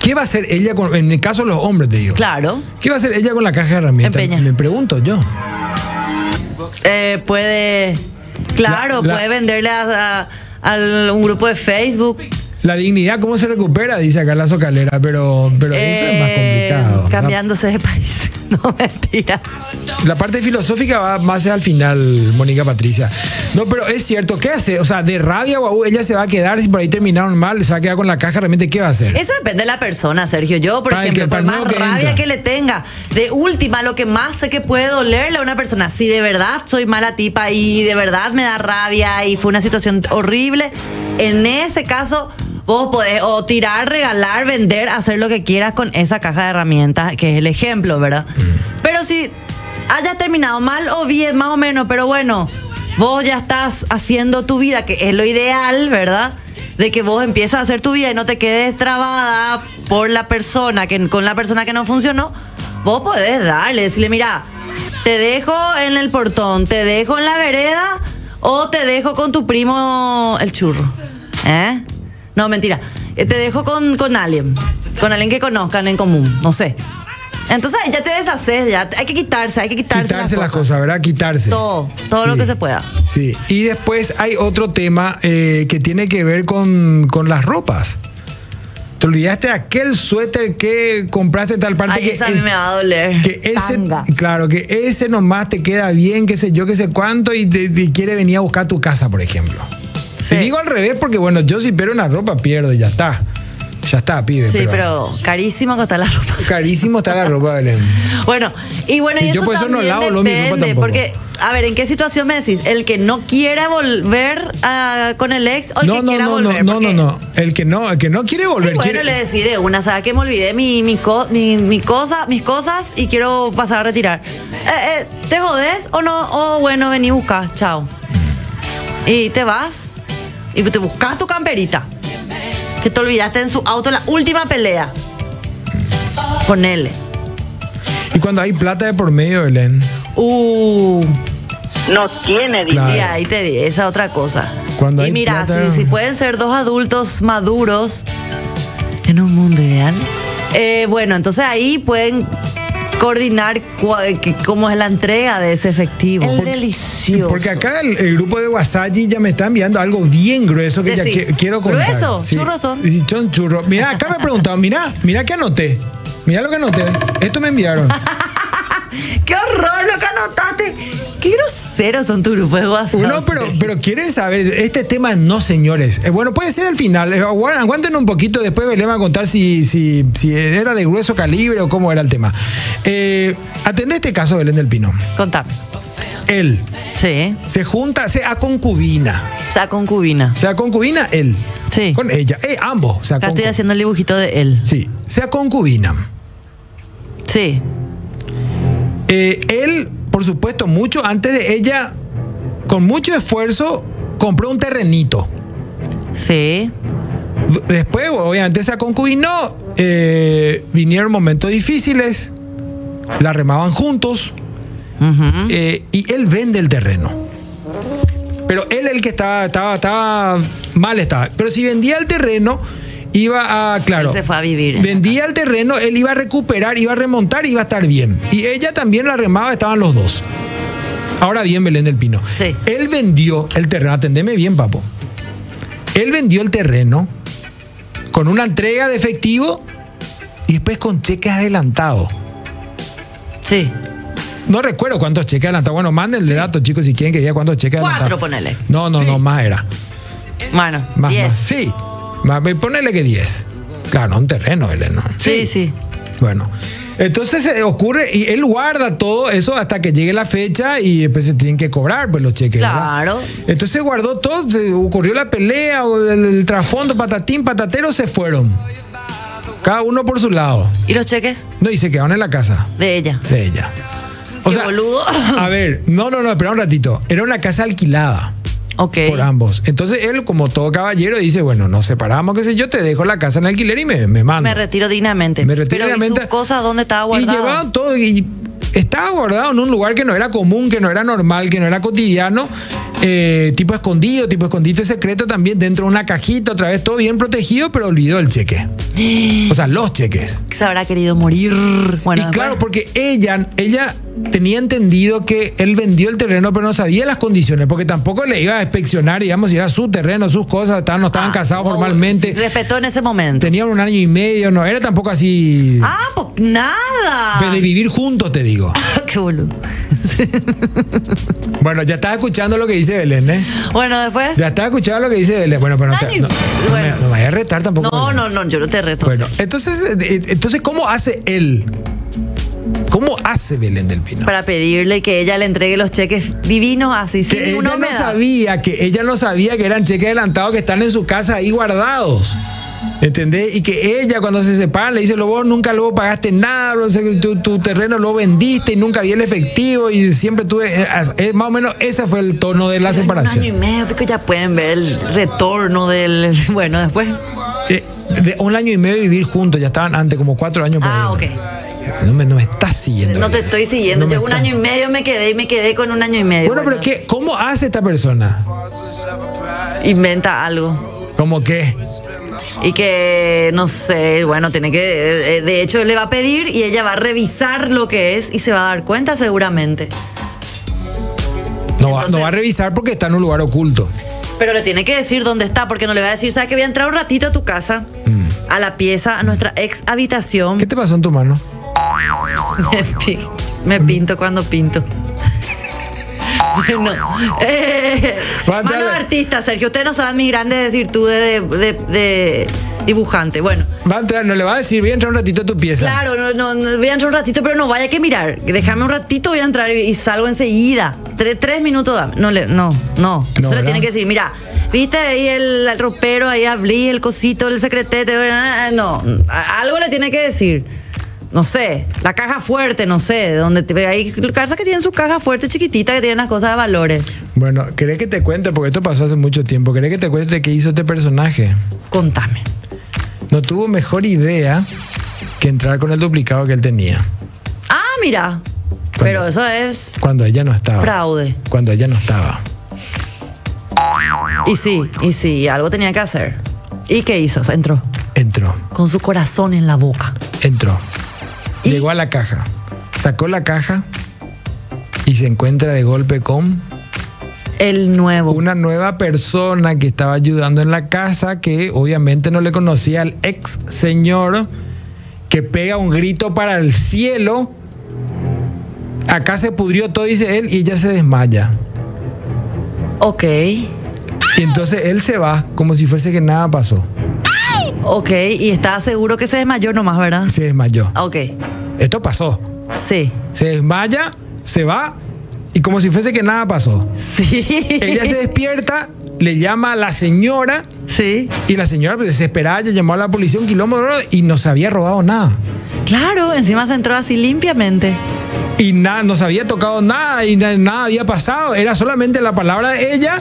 ¿Qué va a hacer ella con, en el caso de los hombres, te digo? Claro. ¿Qué va a hacer ella con la caja de herramientas? Empeña. Me pregunto yo. Eh, puede. Claro, La- la- puede venderle a, a- al- un grupo de Facebook. La dignidad, ¿cómo se recupera? Dice acá la socalera, pero, pero Eh, eso es más complicado. Cambiándose de país. No, mentira. La parte filosófica va más al final, Mónica Patricia. No, pero es cierto, ¿qué hace? O sea, de rabia, guau, ella se va a quedar, si por ahí terminaron mal, se va a quedar con la caja, realmente, ¿qué va a hacer? Eso depende de la persona, Sergio. Yo, por Para el ejemplo, que- por para el más nuevo que rabia entra. que le tenga, de última, lo que más sé que puede dolerle a una persona, si de verdad soy mala tipa y de verdad me da rabia y fue una situación horrible, en ese caso vos podés o tirar, regalar, vender, hacer lo que quieras con esa caja de herramientas, que es el ejemplo, ¿verdad? Mm. Pero si hayas terminado mal o bien, más o menos, pero bueno, vos ya estás haciendo tu vida, que es lo ideal, ¿verdad? de que vos empiezas a hacer tu vida y no te quedes trabada por la persona que con la persona que no funcionó, vos podés darle, decirle, mira, te dejo en el portón, te dejo en la vereda o te dejo con tu primo el churro. ¿Eh? No, mentira. Eh, Te dejo con, con alguien, con alguien que conozcan en común, no sé. Entonces ahí ya te deshaces, ya hay que quitarse, hay que quitarse, Quitarse las las cosas, ¿verdad? Quitarse. Todo, todo lo Sí. que se pueda. Sí. Y después hay otro tema eh, que tiene que ver con, con las ropas. Te olvidaste de aquel suéter que compraste en tal parte Ay, que esa a mí es- me va a doler. que ese Tanga. claro que ese nomás te queda bien qué sé yo qué sé cuánto y te, te quiere venir a buscar tu casa por ejemplo Sí. te digo al revés porque bueno yo si pierdo una ropa pierdo y ya está ya está pibe Sí, pero carísimo que está la ropa. carísimo está la ropa Belén Bueno, y bueno, Sí, y yo eso por eso no también lavo lo mismo pues, depende, tampoco. porque, a ver, ¿en qué situación me decís? ¿El que no quiera volver ah, con el ex o el no que no quiera no volver? no no no Porque- no el que no el que no quiere Y volver bueno, quiere- le decís de una, ¿sabes que me olvidé mi, mi, co- mi- mi cosa, mis cosas y quiero pasar a retirar? Eh, eh, ¿Te jodés o no? O bueno, vení buscar, chao. Y te vas y te buscas tu camperita que te olvidaste en su auto en la última pelea. Ponele. y cuando hay plata de por medio Belén Uh. No tiene Claro. dinero. Y ahí te di, esa otra cosa. Cuando y hay mira, plata- si, si pueden ser dos adultos maduros en un mundo ideal, eh, bueno, entonces ahí pueden coordinar cua- que- cómo es la entrega de ese efectivo. El delicioso. porque acá el, el grupo de Wasaji ya me está enviando algo bien grueso que ya Decí. qui- quiero contar. Grueso, churros son. Sí, son churros. Mira, acá me preguntaron, mira, mira que anoté. Mira lo que anoté. Esto me enviaron. ¡Qué horror lo que anotaste! ¡Qué groseros son tus grupos de WhatsApp! Uno, pero, pero quieren saber, este tema no, señores. Eh, bueno, puede ser el final. Eh, agu- Aguanten un poquito, después Belén va a contar si, si, si era de grueso calibre o cómo era el tema. Eh, atendé este caso, Belén del Pino. Contame. Él Sí. se junta, se a concubina. O sea, concubina. O sea, concubina, él. Sí. Con ella. Eh, ambos. O sea, Acá estoy concu- haciendo el dibujito de él. Sí, sea concubina. Sí. Eh, él, por supuesto, mucho antes de ella, con mucho esfuerzo, compró un terrenito. Sí. D- Después, obviamente, se concubinó. eh, vinieron momentos difíciles. La remaban juntos. eh, y él vende el terreno. Pero él, el que estaba, estaba, estaba mal, estaba. Pero si vendía el terreno, iba a. Claro. Él se fue a vivir. Vendía el terreno, él iba a recuperar, iba a remontar, iba a estar bien. Y ella también la remaba, estaban los dos. Ahora bien, Belén del Pino. Sí. Él vendió el terreno, atendeme bien, papo. Él vendió el terreno con una entrega de efectivo y después con cheques adelantados. Sí. No recuerdo cuántos cheques adelantados. Bueno, mándenle datos, chicos, si quieren que diga cuántos cheques Cuatro, adelantados. ponele. No, no, no, más era. Bueno, Más, diez. más. Sí. Más, ponele que 10. Claro, un terreno, Belén. ¿no? Sí, sí. Bueno. Entonces se ocurre y él guarda todo eso hasta que llegue la fecha y después se tienen que cobrar pues los cheques. ¿verdad? Claro. Entonces guardó todo, se ocurrió la pelea, o el, el trasfondo, patatín, patatero, se fueron. Cada uno por su lado. ¿Y los cheques? No, y se quedaron en la casa De ella. de ella. Qué boludo. a ver, no, no, no, espera un ratito. Era una casa alquilada Ok. por ambos. Entonces él, como todo caballero, dice, bueno, nos separamos, qué sé yo, te dejo la casa en alquiler y me, me mando. Me retiro dignamente. Me retiré Pero, de la ¿y sus venta. cosas dónde estaba guardada? Y llevaba todo. Y estaba guardado en un lugar que no era común, que no era normal, que no era cotidiano. eh, tipo escondido, tipo escondite secreto también dentro de una cajita, otra vez todo bien protegido, pero olvidó el cheque. O sea, los cheques. Se habrá querido morir. Bueno, pues y claro, bueno. porque ella, ella tenía entendido que él vendió el terreno, pero no sabía las condiciones, porque tampoco le iba a inspeccionar, digamos, si era su terreno, sus cosas, estaban- no estaban Ah, casados no, formalmente. se Respetó en ese momento. Tenían un año y medio, no era tampoco así Ah, pues nada. de vivir juntos, te digo. Qué boludo. Bueno, ya estás escuchando lo que dice Belén, ¿eh? Bueno, después. Ya estás escuchando lo que dice Belén. Bueno, pero no, te, Ay, no- no bueno. me, no me vayas a retar tampoco. No, Belén. no, no, yo no te reto. Bueno, entonces, eh, eh, entonces, ¿cómo hace él? ¿Cómo hace Belén del Pino? Para pedirle que ella le entregue los cheques divinos así, sin que ninguna ella no humedad. sabía, que ella no sabía que eran cheques adelantados que están en su casa ahí guardados. ¿Entendés? Y que ella cuando se separan le dice, vos nunca luego pagaste nada, bro, o sea, que tu, tu terreno lo vendiste y nunca vi el efectivo y siempre tuve... eh, eh, más o menos ese fue el tono de la Pero en Un año y separación. medio, porque ya pueden ver el retorno del. Bueno, después. Eh, de un año y medio de vivir juntos, ya estaban antes como cuatro años. por Ah, ahí. No me, no me estás siguiendo. No te Belén. estoy siguiendo. No me yo un estás- año y medio me quedé y me quedé con un año y medio. Bueno, pero ¿qué? ¿cómo hace esta persona? Inventa algo. ¿Cómo qué? Y que, no sé, bueno, tiene que. eh, De hecho, él le va a pedir y ella va a revisar lo que es y se va a dar cuenta seguramente. No, va- no Entonces- va a revisar porque está en un lugar oculto. Pero le tiene que decir dónde está, porque no le va a decir, ¿sabes que voy a entrar un ratito a tu casa? A la pieza, a nuestra ex habitación. ¿Qué te pasó en tu mano? Me, pi- me pinto cuando pinto. Bueno, eh, Manda- mano de artista, Sergio. Ustedes no saben mis grandes virtudes de, de- de dibujante. Bueno, Va a entrar, no le va a decir, voy a entrar un ratito a tu pieza. claro, no, no, no, voy a entrar un ratito, pero no vaya que mirar. Déjame un ratito, voy a entrar y, y salgo enseguida. Tres, tres minutos, dame. No, le, no, no. No, Eso le ¿verdad? tienen que decir, mira, viste ahí el, el ropero, ahí abrí el cosito, el secretete. eh, No, a- algo le tiene que decir. No sé, la caja fuerte, no sé, de donde te, hay casas que tienen su caja fuerte chiquitita que tienen las cosas de valores. Bueno, ¿querés que te cuente? Porque esto pasó hace mucho tiempo. ¿Querés que te cuente qué hizo este personaje? Contame. No tuvo mejor idea que entrar con el duplicado que él tenía. Ah, mira. Pero eso es Cuando ella no estaba. fraude. Cuando ella no estaba. Y sí, y sí, algo tenía que hacer. ¿Y qué hizo? Entró. Entró, con su corazón en la boca. entró. ¿Y? Llegó a la caja. Sacó la caja y se encuentra de golpe con El nuevo. una nueva persona que estaba ayudando en la casa que obviamente no le conocía al ex señor que pega un grito para el cielo. Acá se pudrió todo, dice él, y ella se desmaya. Ok, Y entonces él se va como si fuese que nada pasó. ok. Y estaba seguro que se desmayó nomás, ¿verdad? Se desmayó. Ok, Esto pasó. sí. Se desmaya, se va y como si fuese que nada pasó. Sí. Ella se despierta, le llama a la señora Sí. y la señora pues, desesperada ya llamó a la policía un quilombo bro, y no se había robado nada. Claro, encima se entró así limpiamente. y nada, no se había tocado nada y na- nada había pasado. Era solamente la palabra de ella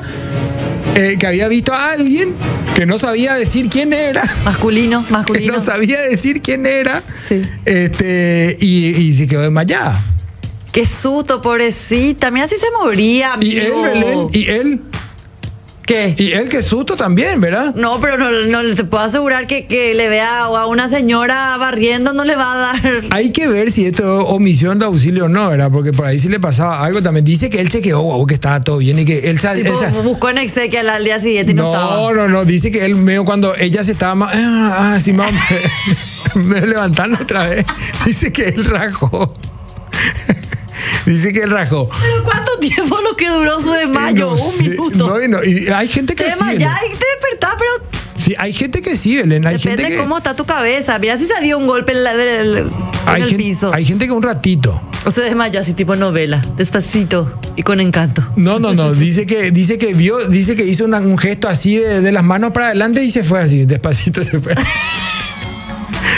eh, que había visto a alguien que no sabía decir quién era. Masculino, Que masculino. no sabía decir quién era. Sí. Este, y, y se quedó desmayada. Qué susto, pobrecita. Mira si se moría, Y él, amigo. Belén, y él, ¿Qué? y él, que susto también, ¿verdad? No, pero no, no te puedo asegurar que, que le vea a una señora barriendo, no le va a dar. Hay que ver si esto es omisión de auxilio o no, ¿verdad? Porque por ahí sí le pasaba algo también. Dice que él chequeó, wow, que estaba todo bien y que él, sa- Tipo, él sa- buscó en Exequial al día siguiente y no, estaba. No, no, no. Dice que él medio cuando ella se estaba más. Ah, ah, sí, más. medio levantando otra vez. Dice que él rajó. Dice que él rajó. ¿Pero cuánto tiempo lo que duró su No desmayo? Un sé, minuto. No, y no, y hay gente que te sí. desmayás Belén. y te despertás, pero Sí, hay gente que sí, Belén. Hay depende gente que. cómo está tu cabeza. Mira si se dio un golpe en, la- del- en hay, el gen- piso. hay gente que un ratito. O se desmayó así tipo novela, despacito y con encanto. No, no, no. Dice que, dice que vio, dice que hizo una- un gesto así de, de las manos para adelante y se fue así, despacito se fue.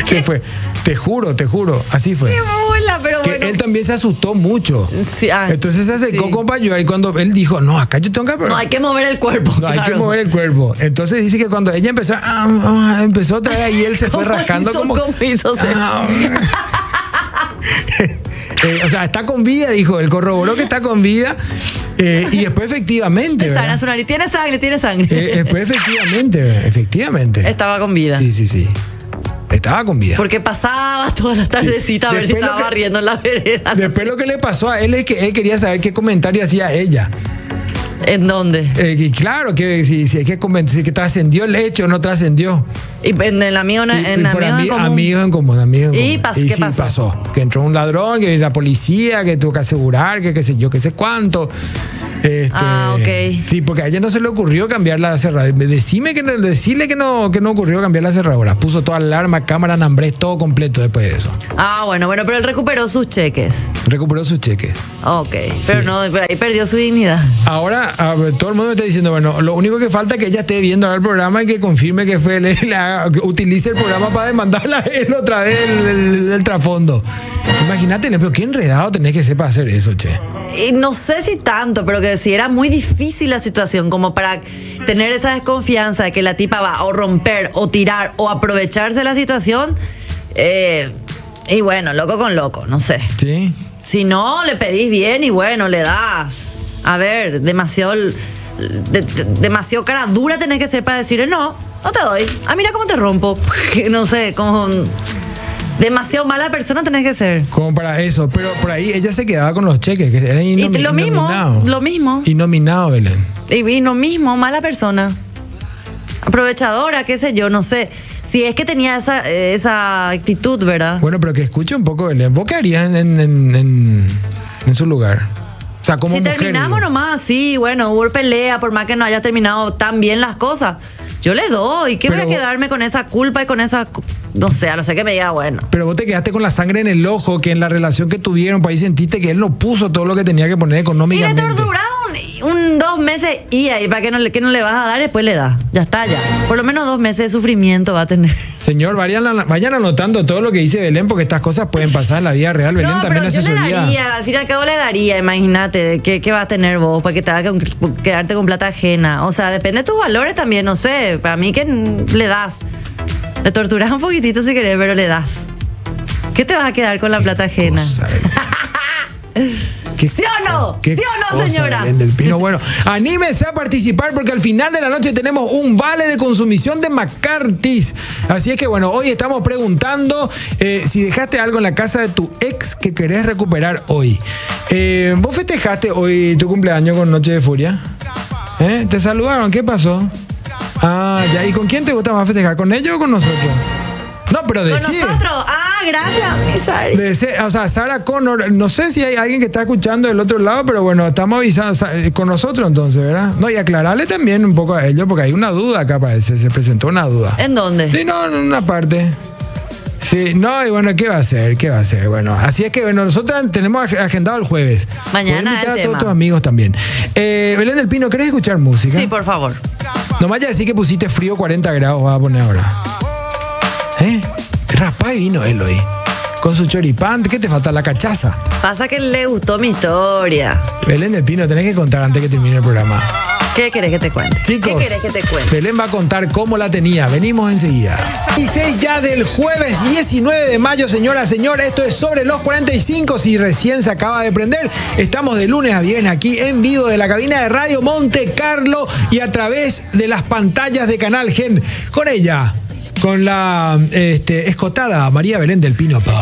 se fue. Te juro, te juro. Así fue. ¡Qué bola! Pero que bueno. él también se asustó mucho. Sí, ah, Entonces se acercó sí. con para ayudar y cuando él dijo, no, acá yo tengo que... No hay que mover el cuerpo. No, hay que claro. mover el cuerpo. Entonces dice que cuando ella empezó, ah, ah, empezó otra vez y él se fue ¿Cómo rascando hizo? como... ¿Cómo hizo? Ah. Eh, o sea, está con vida, dijo. Él corroboró que está con vida. Eh, y después efectivamente. Tiene sangre, ¿verdad? Azunari. Tiene sangre, tiene sangre. Eh, después efectivamente, efectivamente. Estaba con vida. Sí, sí, sí. Estaba con vida. Porque pasaba todas las tardecitas a ver si Después lo estaba que- barriendo en la vereda. no Después lo que le pasó a él es que él quería saber qué comentario hacía ella. sé. ¿En dónde? Eh, y claro, que si, si, hay que comen- si que trascendió el hecho o no trascendió. Y en el amigo, Eh, en, Y- y amigo por en ami- común. amigos en común, amigos en ¿Y común. pas- qué sí, pasó? Que entró un ladrón, que la policía, que tuvo que asegurar, que qué sé yo, qué sé cuánto. Este, Ah, ok. Sí, porque a ella no se le ocurrió cambiar la cerradura. Decime que no, decirle que no, que no ocurrió cambiar la cerradura. Puso toda la alarma, cámara, nambrés, todo completo después de eso. Ah, bueno, bueno, pero él recuperó sus cheques. Recuperó sus cheques. Ok. Pero no, pero ahí perdió su dignidad. Ahora a ver, todo el mundo me está diciendo, bueno, lo único que falta es que ella esté viendo ahora el programa y que confirme que fue él, él haga- que utilice el programa para demandarla a él otra vez el, el- el trasfondo. Imagínate, pero qué enredado tenés que sepa hacer eso, che. Y no sé si tanto, pero que si era muy difícil la situación como para tener esa desconfianza de que la tipa va o romper o tirar o aprovecharse de la situación. eh, y bueno, loco con loco, no sé. Sí. Si no, le pedís bien y bueno, le das. A ver, demasiado, de- de- demasiado cara dura tenés que ser para decirle no, no te doy. Ah, mira cómo te rompo. Que no sé, como... Demasiado mala persona tenés que ser. Como para eso, pero por ahí ella se quedaba con los cheques, que eran Y inomi- lo mismo, nominados. lo mismo. Y nominado, Belén. Y, y lo mismo, mala persona. Aprovechadora, qué sé yo, no sé. Si es que tenía esa, esa actitud, ¿verdad? Bueno, pero que escuche un poco, Belén. ¿Vos qué harías en, en- en- en su lugar? O sea, como si mujer, terminamos digo. nomás así, bueno, hubo pelea, por más que no hayas terminado tan bien las cosas. Yo le doy. ¿Qué voy Pero a vos- quedarme con esa culpa y con esa. cu- No sé, a no sé qué me diga, bueno. Pero vos te quedaste con la sangre en el ojo, que en la relación que tuvieron, pues ahí sentiste que él no puso todo lo que tenía que poner Y le económicamente. torturaba un, un dos meses y ahí, ¿para qué no, le, qué no le vas a dar? Después le da. Ya está, ya. Por lo menos dos meses de sufrimiento va a tener. Señor, vayan, an- vayan anotando todo lo que dice Belén, porque estas cosas pueden pasar en la vida real. Belén no, también pero yo le asesoría. daría, al fin y al cabo le daría, imagínate, ¿qué, qué vas a tener vos para que te haga con- quedarte con plata ajena? O sea, depende de tus valores también, no sé, para mí que n- le das. Le torturas un poquitito si querés, pero le das. ¿Qué te vas a quedar con la plata ajena? Cosa, Belén. ¿Qué ¿Sí o no? qué ¿Sí o no, cosa, señora? Belén del Pino. Bueno, anímese a participar porque al final de la noche tenemos un vale de consumición de McCarthy's. Así es que bueno, hoy estamos preguntando eh, si dejaste algo en la casa de tu ex que querés recuperar hoy. Eh, ¿Vos festejaste hoy tu cumpleaños con Noche de Furia? ¿Eh? ¿Te saludaron? ¿Qué pasó? Ah, ya. ¿Y con quién te gusta más festejar? ¿Con ellos o con nosotros? No, pero Con decir. nosotros. Ah, gracias, mi Sari. De ese- o sea, Sara Connor, no sé si hay alguien que está escuchando del otro lado, pero bueno, estamos avisando sa- eh, con nosotros entonces, ¿verdad? No, y aclararle también un poco a ellos, porque hay una duda acá, parece, se presentó una duda. ¿En dónde? Sí, no, en una parte. Sí, no, y bueno, ¿qué va a hacer? ¿Qué va a hacer? Bueno, así es que bueno, nosotros tenemos ag- agendado el jueves. Mañana Podés invitar el a todos tema. tus amigos también. Eh, Belén del Pino, ¿querés escuchar música? Sí, por favor. No vaya a decir que pusiste frío 40 grados, vas a poner ahora. ¿Eh? Rapá y vino él hoy. Con su choripán, ¿qué te falta? La cachaza. Pasa que le gustó mi historia. Belén del Pino, tenés que contar antes que termine el programa. ¿Qué querés que te cuente? Chicos, ¿Qué querés que te cuente? Belén va a contar cómo la tenía. Venimos enseguida. Y seis ya del jueves 19 de mayo, señora, señor. Esto es sobre los 45. Si recién se acaba de prender, estamos de lunes a viernes aquí en vivo de la cabina de Radio Monte Carlo y a través de las pantallas de Canal Gen. Con ella, con la este, escotada María Belén del Pino. Paz.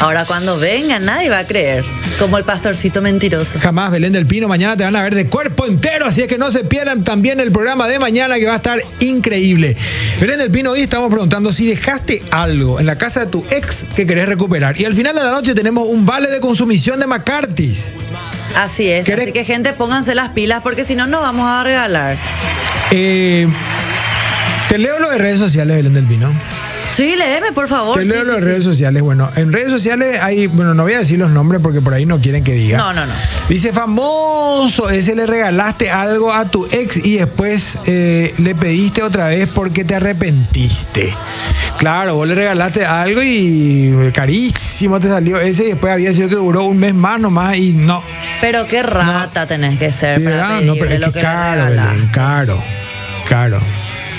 Ahora cuando venga nadie va a creer. Como el pastorcito mentiroso. Jamás Belén del Pino, mañana te van a ver de cuerpo entero, así es que no se pierdan también el programa de mañana que va a estar increíble. Belén del Pino, hoy estamos preguntando si dejaste algo en la casa de tu ex que querés recuperar. Y al final de la noche tenemos un vale de consumición de McCarthy's. Así es, ¿Querés- así que gente, pónganse las pilas porque si no, no vamos a regalar. Eh, te leo lo de redes sociales, Belén del Pino. Sí, léeme, por favor. Te sí, leo Oh, sí, lo de sí. redes sociales. Bueno, en redes sociales hay, bueno, no voy a decir los nombres porque por ahí no quieren que diga. No, no, no. Dice, famoso, ese le regalaste algo a tu ex y después eh, le pediste otra vez porque te arrepentiste. Claro, vos le regalaste algo y eh, carísimo te salió ese y después había sido que duró un mes más nomás y no. Pero qué rata tenés que ser Sí, para ¿verdad? pedirle no, pero es lo que le caro, regalás. Belén, caro, caro.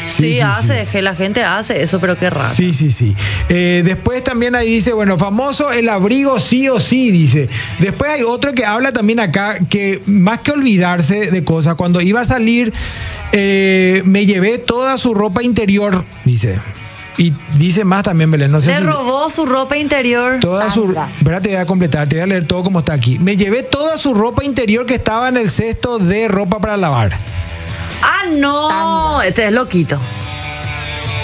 Sí, sí, hace, que la gente hace eso, pero qué raro. Sí, sí, sí. Eh, después también ahí dice, bueno, famoso el abrigo sí o sí, dice. Después hay otro que habla también acá que más que olvidarse de cosas, cuando iba a salir eh, me llevé toda su ropa interior, dice. Y dice más también, Belén, no sé Le si... robó su ropa interior. Toda su. Espera, te voy a completar, te voy a leer todo como está aquí. Me llevé toda su ropa interior que estaba en el cesto de ropa para lavar. Ah, no. Este es loquito.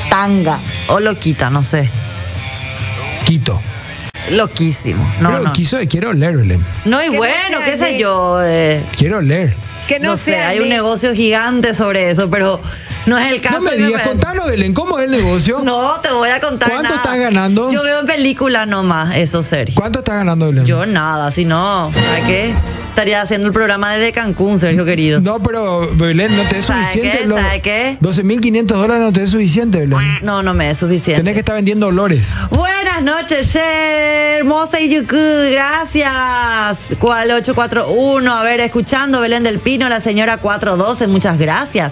Tanga. O loquita, no sé. Quito. Loquísimo. No, Pero no. quiso, quiero leer, Belén. No, y Que no bueno, sea qué sé de- yo. eh, Quiero leer. Que no, no sé, sea hay un de- negocio gigante sobre eso, pero no es el caso. No me y digas, parece- contalo, Belén, ¿cómo es el negocio? No, te voy a contar ¿Cuánto nada. estás ganando? Yo veo en película nomás, eso, Sergio. ¿Cuánto estás ganando, Belén? Yo nada, si no, ¿para qué? Estaría haciendo el programa desde Cancún, Sergio querido. No, pero Belén, no te es ¿Sabe suficiente. qué? lo- ¿Sabe qué? Ah. 12.500 dólares no te es suficiente, Belén. No, no me es suficiente. Tenés que estar vendiendo olores. Buenas noches, Cher, hermosa y Yuku, gracias. ¿Cuál 841? A ver, escuchando Belén del Pino, la señora 412, muchas gracias.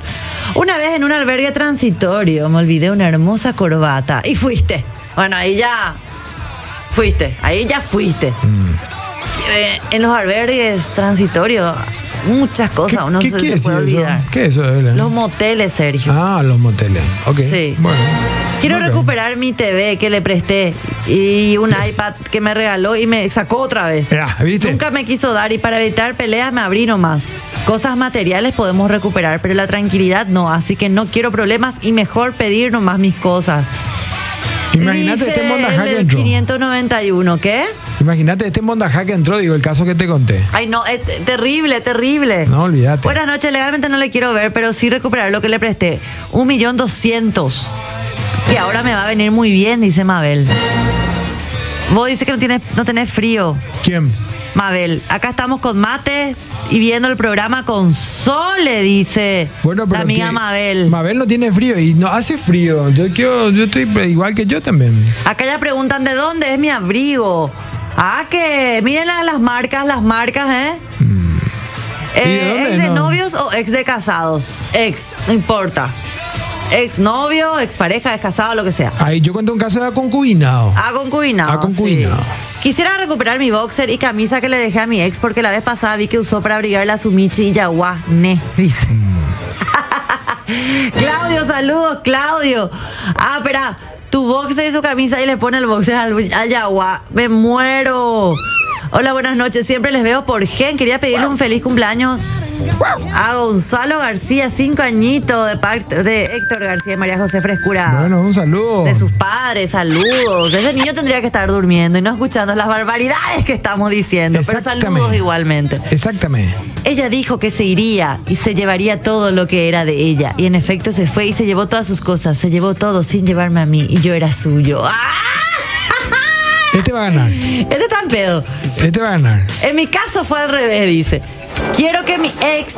Una vez en un albergue transitorio me olvidé una hermosa corbata y fuiste. Bueno, ahí ya fuiste, ahí ya fuiste. Eh, Mm. En los albergues transitorios, muchas ¿Qué, cosas uno qué- se, qué se es puede eso? olvidar. ¿Qué es eso, Belén? Los moteles, Sergio. ah, los moteles. Ok. Sí. Bueno. Quiero Ok. recuperar mi TV que le presté y un iPad que me regaló y me sacó otra vez. Ya, ¿viste? Nunca me quiso dar y para evitar peleas me abrí nomás. Cosas materiales podemos recuperar, pero la tranquilidad no, así que no quiero problemas y mejor pedir nomás mis cosas. Imagínate Dice este Monda el Hack del entró. 591, ¿qué? Imagínate este Monda Hack entró, digo, el caso que te conté. Ay, no, es te- terrible, terrible. No, olvídate. Buenas noches, legalmente no le quiero ver, pero sí recuperar lo que le presté. Un millón doscientos. Que ahora me va a venir muy bien, dice Mabel. Vos dices que no tienes, no tenés frío, ¿Quién? Mabel. Acá estamos con mate y viendo el programa con Sole, dice Bueno, pero la amiga que- Mabel. Mabel no tiene frío y no hace frío. Yo quiero, yo estoy pre- igual que yo también. Acá ya preguntan de dónde es mi abrigo. Ah, que miren la- las marcas, las marcas, ¿eh? Eh, Mm. dónde? ¿Ex de No. novios o ex de casados? Ex, no importa. Ex novio, ex pareja, ex casado, lo que sea. Ahí yo conté un caso de concubinado. A concubinado. A concubinado. Ah, sí. Quisiera recuperar mi boxer y camisa que le dejé a mi ex porque la vez pasada vi que usó para abrigar la sumichi y yaguané, dice. Claudio, saludos, Claudio. Ah, espera, tu boxer y su camisa y le pone el boxer al, al yagua. Me muero. Hola, buenas noches. Siempre les veo por gen. Quería pedirle un feliz cumpleaños a Gonzalo García, cinco añitos, de parte de Héctor García y María José Frescura Bueno, un saludo. de sus padres, saludos. Ese niño tendría que estar durmiendo y no escuchando las barbaridades que estamos diciendo, pero Exactamente. saludos igualmente. Exactamente. Ella dijo que se iría y se llevaría todo lo que era de ella. Y en efecto se fue y se llevó todas sus cosas, se llevó todo sin llevarme a mí y yo era suyo. ¡Ah! Este va a ganar. Este está en pedo. Este va a ganar. En mi caso fue al revés, dice. Quiero que mi ex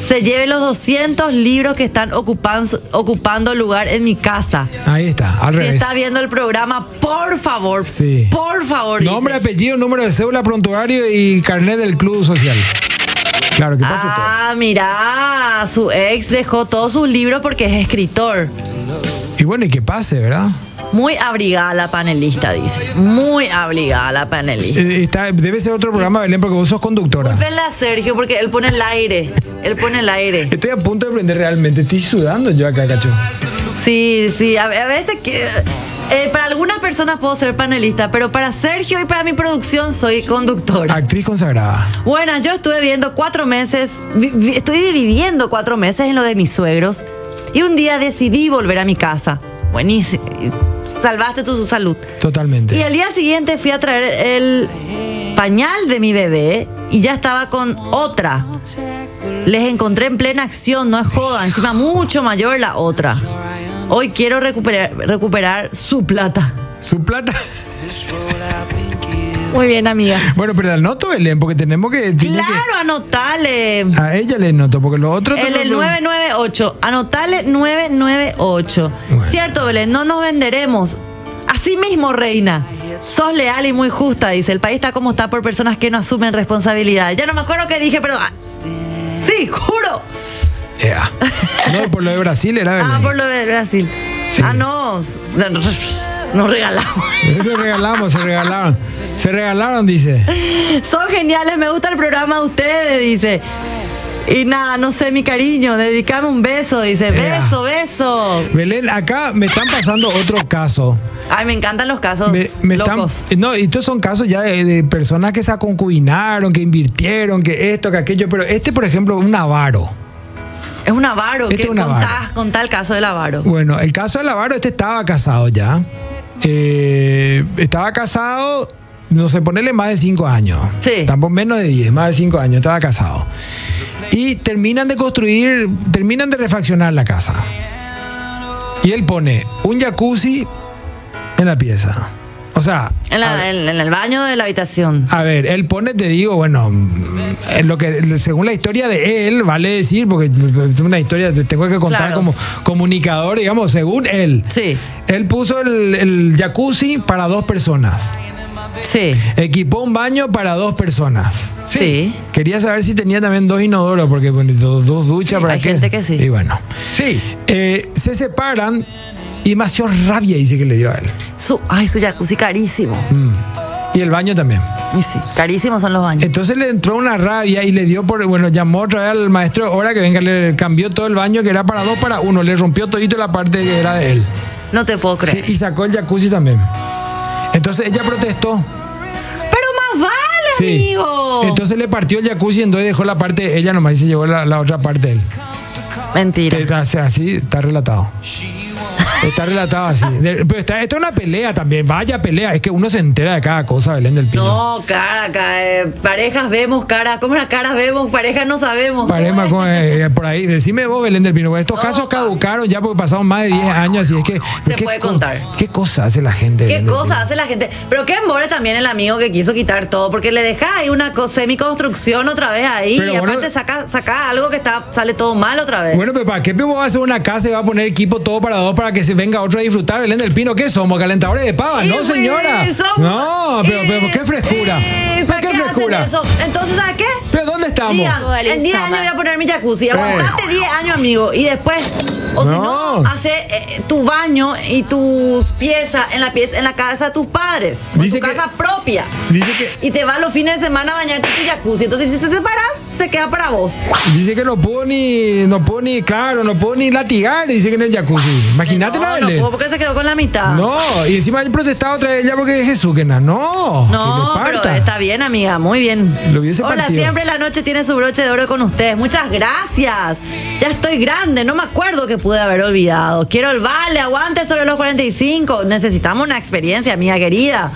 se lleve los 200 libros que están ocupan- ocupando lugar en mi casa. Ahí está, al Si revés. está viendo el programa, por favor, Sí. por favor. dice. Nombre, apellido, número de cédula, prontuario y carnet del club social. Claro, que pase Ah, mirá, su ex dejó todos sus libros porque es escritor. todo. Y bueno, y que pase, ¿verdad? Muy abrigada la panelista, dice. Muy abrigada la panelista. Eh, está- debe ser otro programa, Belén, porque vos sos conductora. Venla, Sergio, porque él pone el aire. Él pone el aire. Estoy a punto de prender realmente. Estoy sudando yo acá, cacho. Sí, sí, a, a veces que... eh, para algunas personas puedo ser panelista, pero para Sergio y para mi producción soy conductora. Actriz consagrada. Bueno, yo estuve viendo cuatro meses, vi- vi- estuve viviendo cuatro meses en lo de mis suegros y un día decidí volver a mi casa. Buenísimo. Salvaste tu su salud. Totalmente. Y al día siguiente fui a traer el pañal de mi bebé y ya estaba con otra. Les encontré en plena acción, no es joda, encima mucho mayor la otra. Hoy quiero recuperar, recuperar su plata. Su plata. Muy bien, amiga. Bueno, pero la noto, Belén, porque tenemos que. tiene que- Claro, anotale. a ella le noto, porque los otros. El, del 998. Anotale 998. Bueno. Cierto, Belén, no nos venderemos. Así mismo, reina. Sos leal y muy justa, dice. El país está como está por personas que no asumen responsabilidad. Ya no me acuerdo qué dije, pero. ah, Sí, juro. Ea. No, por lo de Brasil era verdad. Ah, por lo de Brasil. Sí. Ah, no. s- Nos regalamos. Se regalamos, se regalaron. Se regalaron, dice. Son geniales, me gusta el programa de ustedes, dice. Y nada, no sé, mi cariño, dedícame un beso, dice. Ea. Beso, beso. Belén, acá me están pasando otro caso. Ay, me encantan los casos Me, me están- locos. no, y estos son casos ya de, de personas que se concubinaron, que invirtieron, que esto, que aquello. Pero este, por ejemplo, un avaro. Es un avaro. Este ¿Qué es un avaro. contás? Contá el caso del avaro. Bueno, el caso del avaro, este estaba casado ya. Eh, estaba casado, no sé, ponerle más de 5 años. Sí. Tampoco menos de 10, más de 5 años, estaba casado. Y terminan de construir, terminan de refaccionar la casa. Y él pone un jacuzzi en la pieza. O sea, En, la- en- en el baño de la habitación. a ver, él pone, te digo, bueno, mm, lo que según la historia de él, vale decir, porque es una historia, tengo que contar Claro. como comunicador, digamos, según él. Sí. Él puso el, el jacuzzi para dos personas. Sí. Equipó un baño para dos personas. Sí. Quería saber si tenía también dos inodoros, porque bueno, dos, dos duchas Sí, para hay qué? gente que sí. Y bueno. Sí. Eh, se separan y demasiado rabia dice que le dio a él. Su, ay, su jacuzzi carísimo. Y el baño también. Y sí, carísimos son los baños. Entonces le entró una rabia y le dio por. Bueno, llamó otra vez al maestro ahora que venga, le cambió todo el baño que era para dos para uno. Le rompió todito la parte que era de él. No te puedo Sí, creer. y sacó el jacuzzi también. Entonces ella protestó. Pero más vale, Sí. amigo. Entonces le partió el jacuzzi y entonces dejó la parte, ella nomás y se llevó la, la otra parte de él. Mentira. Está- o sea, así está relatado. Está relatado así. De- Pero está, esto es una pelea también. Vaya pelea. Es que uno se entera de cada cosa, Belén del Pino. No, cara, cara, eh, parejas vemos, cara. ¿Cómo era caras vemos? Parejas no sabemos. Parema con, eh, por ahí. Decime vos, Belén del Pino. porque Estos No, casos pa. caducaron ya porque pasaron más de 10 años. Así es que. pero puede co- contar. ¿Qué cosa hace la gente? ¿Qué Belén del cosa Pino? hace la gente? Pero qué embole también el amigo que quiso quitar todo, porque le deja ahí una co- semiconstrucción otra vez ahí. Pero y bueno- aparte saca, saca algo que está, sale todo mal otra vez. Bueno, pero ¿para qué vos vas a hacer una casa y va a poner equipo todo para dos para que se venga otro a disfrutar? Belén del Pino, ¿qué somos? ¿Calentadores de pava? Y Ah, No, bueno, señora. y somos- No, pero, y- pero qué frescura. y ¿Pero eh, ¿Para qué qué, frescura? hacen eso? Entonces, ¿sabes qué? ¿Pero dónde estamos? Digan, Dale, en 10 Sama. años voy a poner mi jacuzzi. Aguantate 10 años, amigo. Y después, o si no, No. hace eh, tu baño y tus piezas en la pieza, en la casa de tus padres. o en Dice tu que- casa propia. Dice que, Y te vas los fines de semana a bañarte en tu jacuzzi. Entonces, si te separas, se queda para vos. dice que no puedo ni, no puedo ni, claro, no puedo ni latigar, dice que en el jacuzzi. Imagínate no, la no Belén. puedo porque se quedó con la mitad. No, y encima él protestaba otra vez ya porque es Jesús, que na- no. No, que le pero parta. está bien, amiga, muy bien. Lo hubiese Hola, partido. siempre la noche tiene su broche de oro con ustedes. Muchas gracias. Ya estoy grande, no me acuerdo que pude haber olvidado. Quiero el vale, aguante sobre los 45. Necesitamos una experiencia, amiga querida.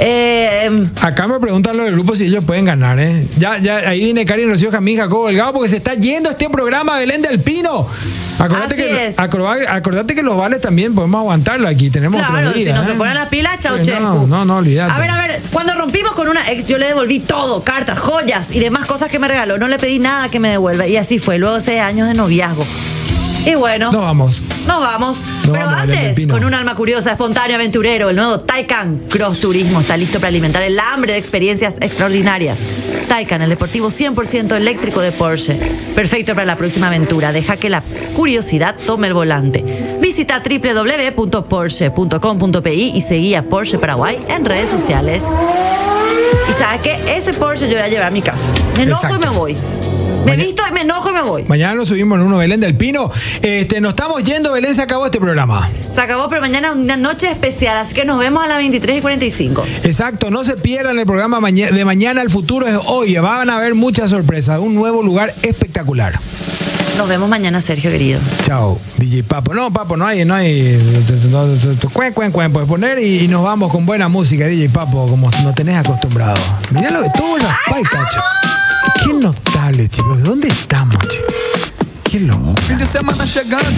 Eh, em, Acá me preguntan los grupos si ellos pueden ganar, ¿eh? Ya, ya, ahí viene Karin Rocío Jamín, Jacobo Delgado, porque se está yendo este programa Belén del Pino. Acordate, Así que, es. acordate, acordate que los vales también podemos aguantarlo aquí. Tenemos claro, otros días, si no se ¿eh? ponen las pilas, chau, Eh, che. No, no, no, olvídate. A ver, a ver, cuando rompimos con una ex, yo le devolví todo, cartas, joyas y demás cosas que me regaló. No le pedí nada que me devuelva. Y así fue, luego de seis años de noviazgo. Y bueno. Nos vamos. Nos vamos. Nos Pero vamos, Belén del antes, Pino. con un alma curiosa, espontáneo, aventurero, el nuevo Taycan Cross Turismo está listo para alimentar el hambre de experiencias extraordinarias. Taycan, el deportivo 100% eléctrico de Porsche. Perfecto para la próxima aventura. Deja que la curiosidad tome el volante. Visita www.porsche.com.pi y seguí a Porsche Paraguay en redes sociales. Y sabes que ese Porsche yo voy a llevar a mi casa. Me enojo y Exacto. me voy. Me visto y me enojo y me voy. Mañana nos subimos en uno Belén del Pino. Este, nos estamos yendo, Belén, se acabó este programa. Se acabó, pero mañana una noche especial, así que nos vemos a las 23 y 45. Exacto, no se pierdan el programa maña- de mañana. El futuro es hoy. Van a haber muchas sorpresas. Un nuevo lugar espectacular. Nos vemos mañana, Sergio querido. Chao, DJ Papo. No, Papo, no hay, no hay. no- no- no- Cuen, cuen, cuen, puedes poner y, y nos vamos con buena música, DJ Papo, como nos tenés acostumbrado. Mirá lo que tú raspás, cacho. Qué notable, chicos. ¿Dónde estamos, che? Qué loco. Fim de semana chegando.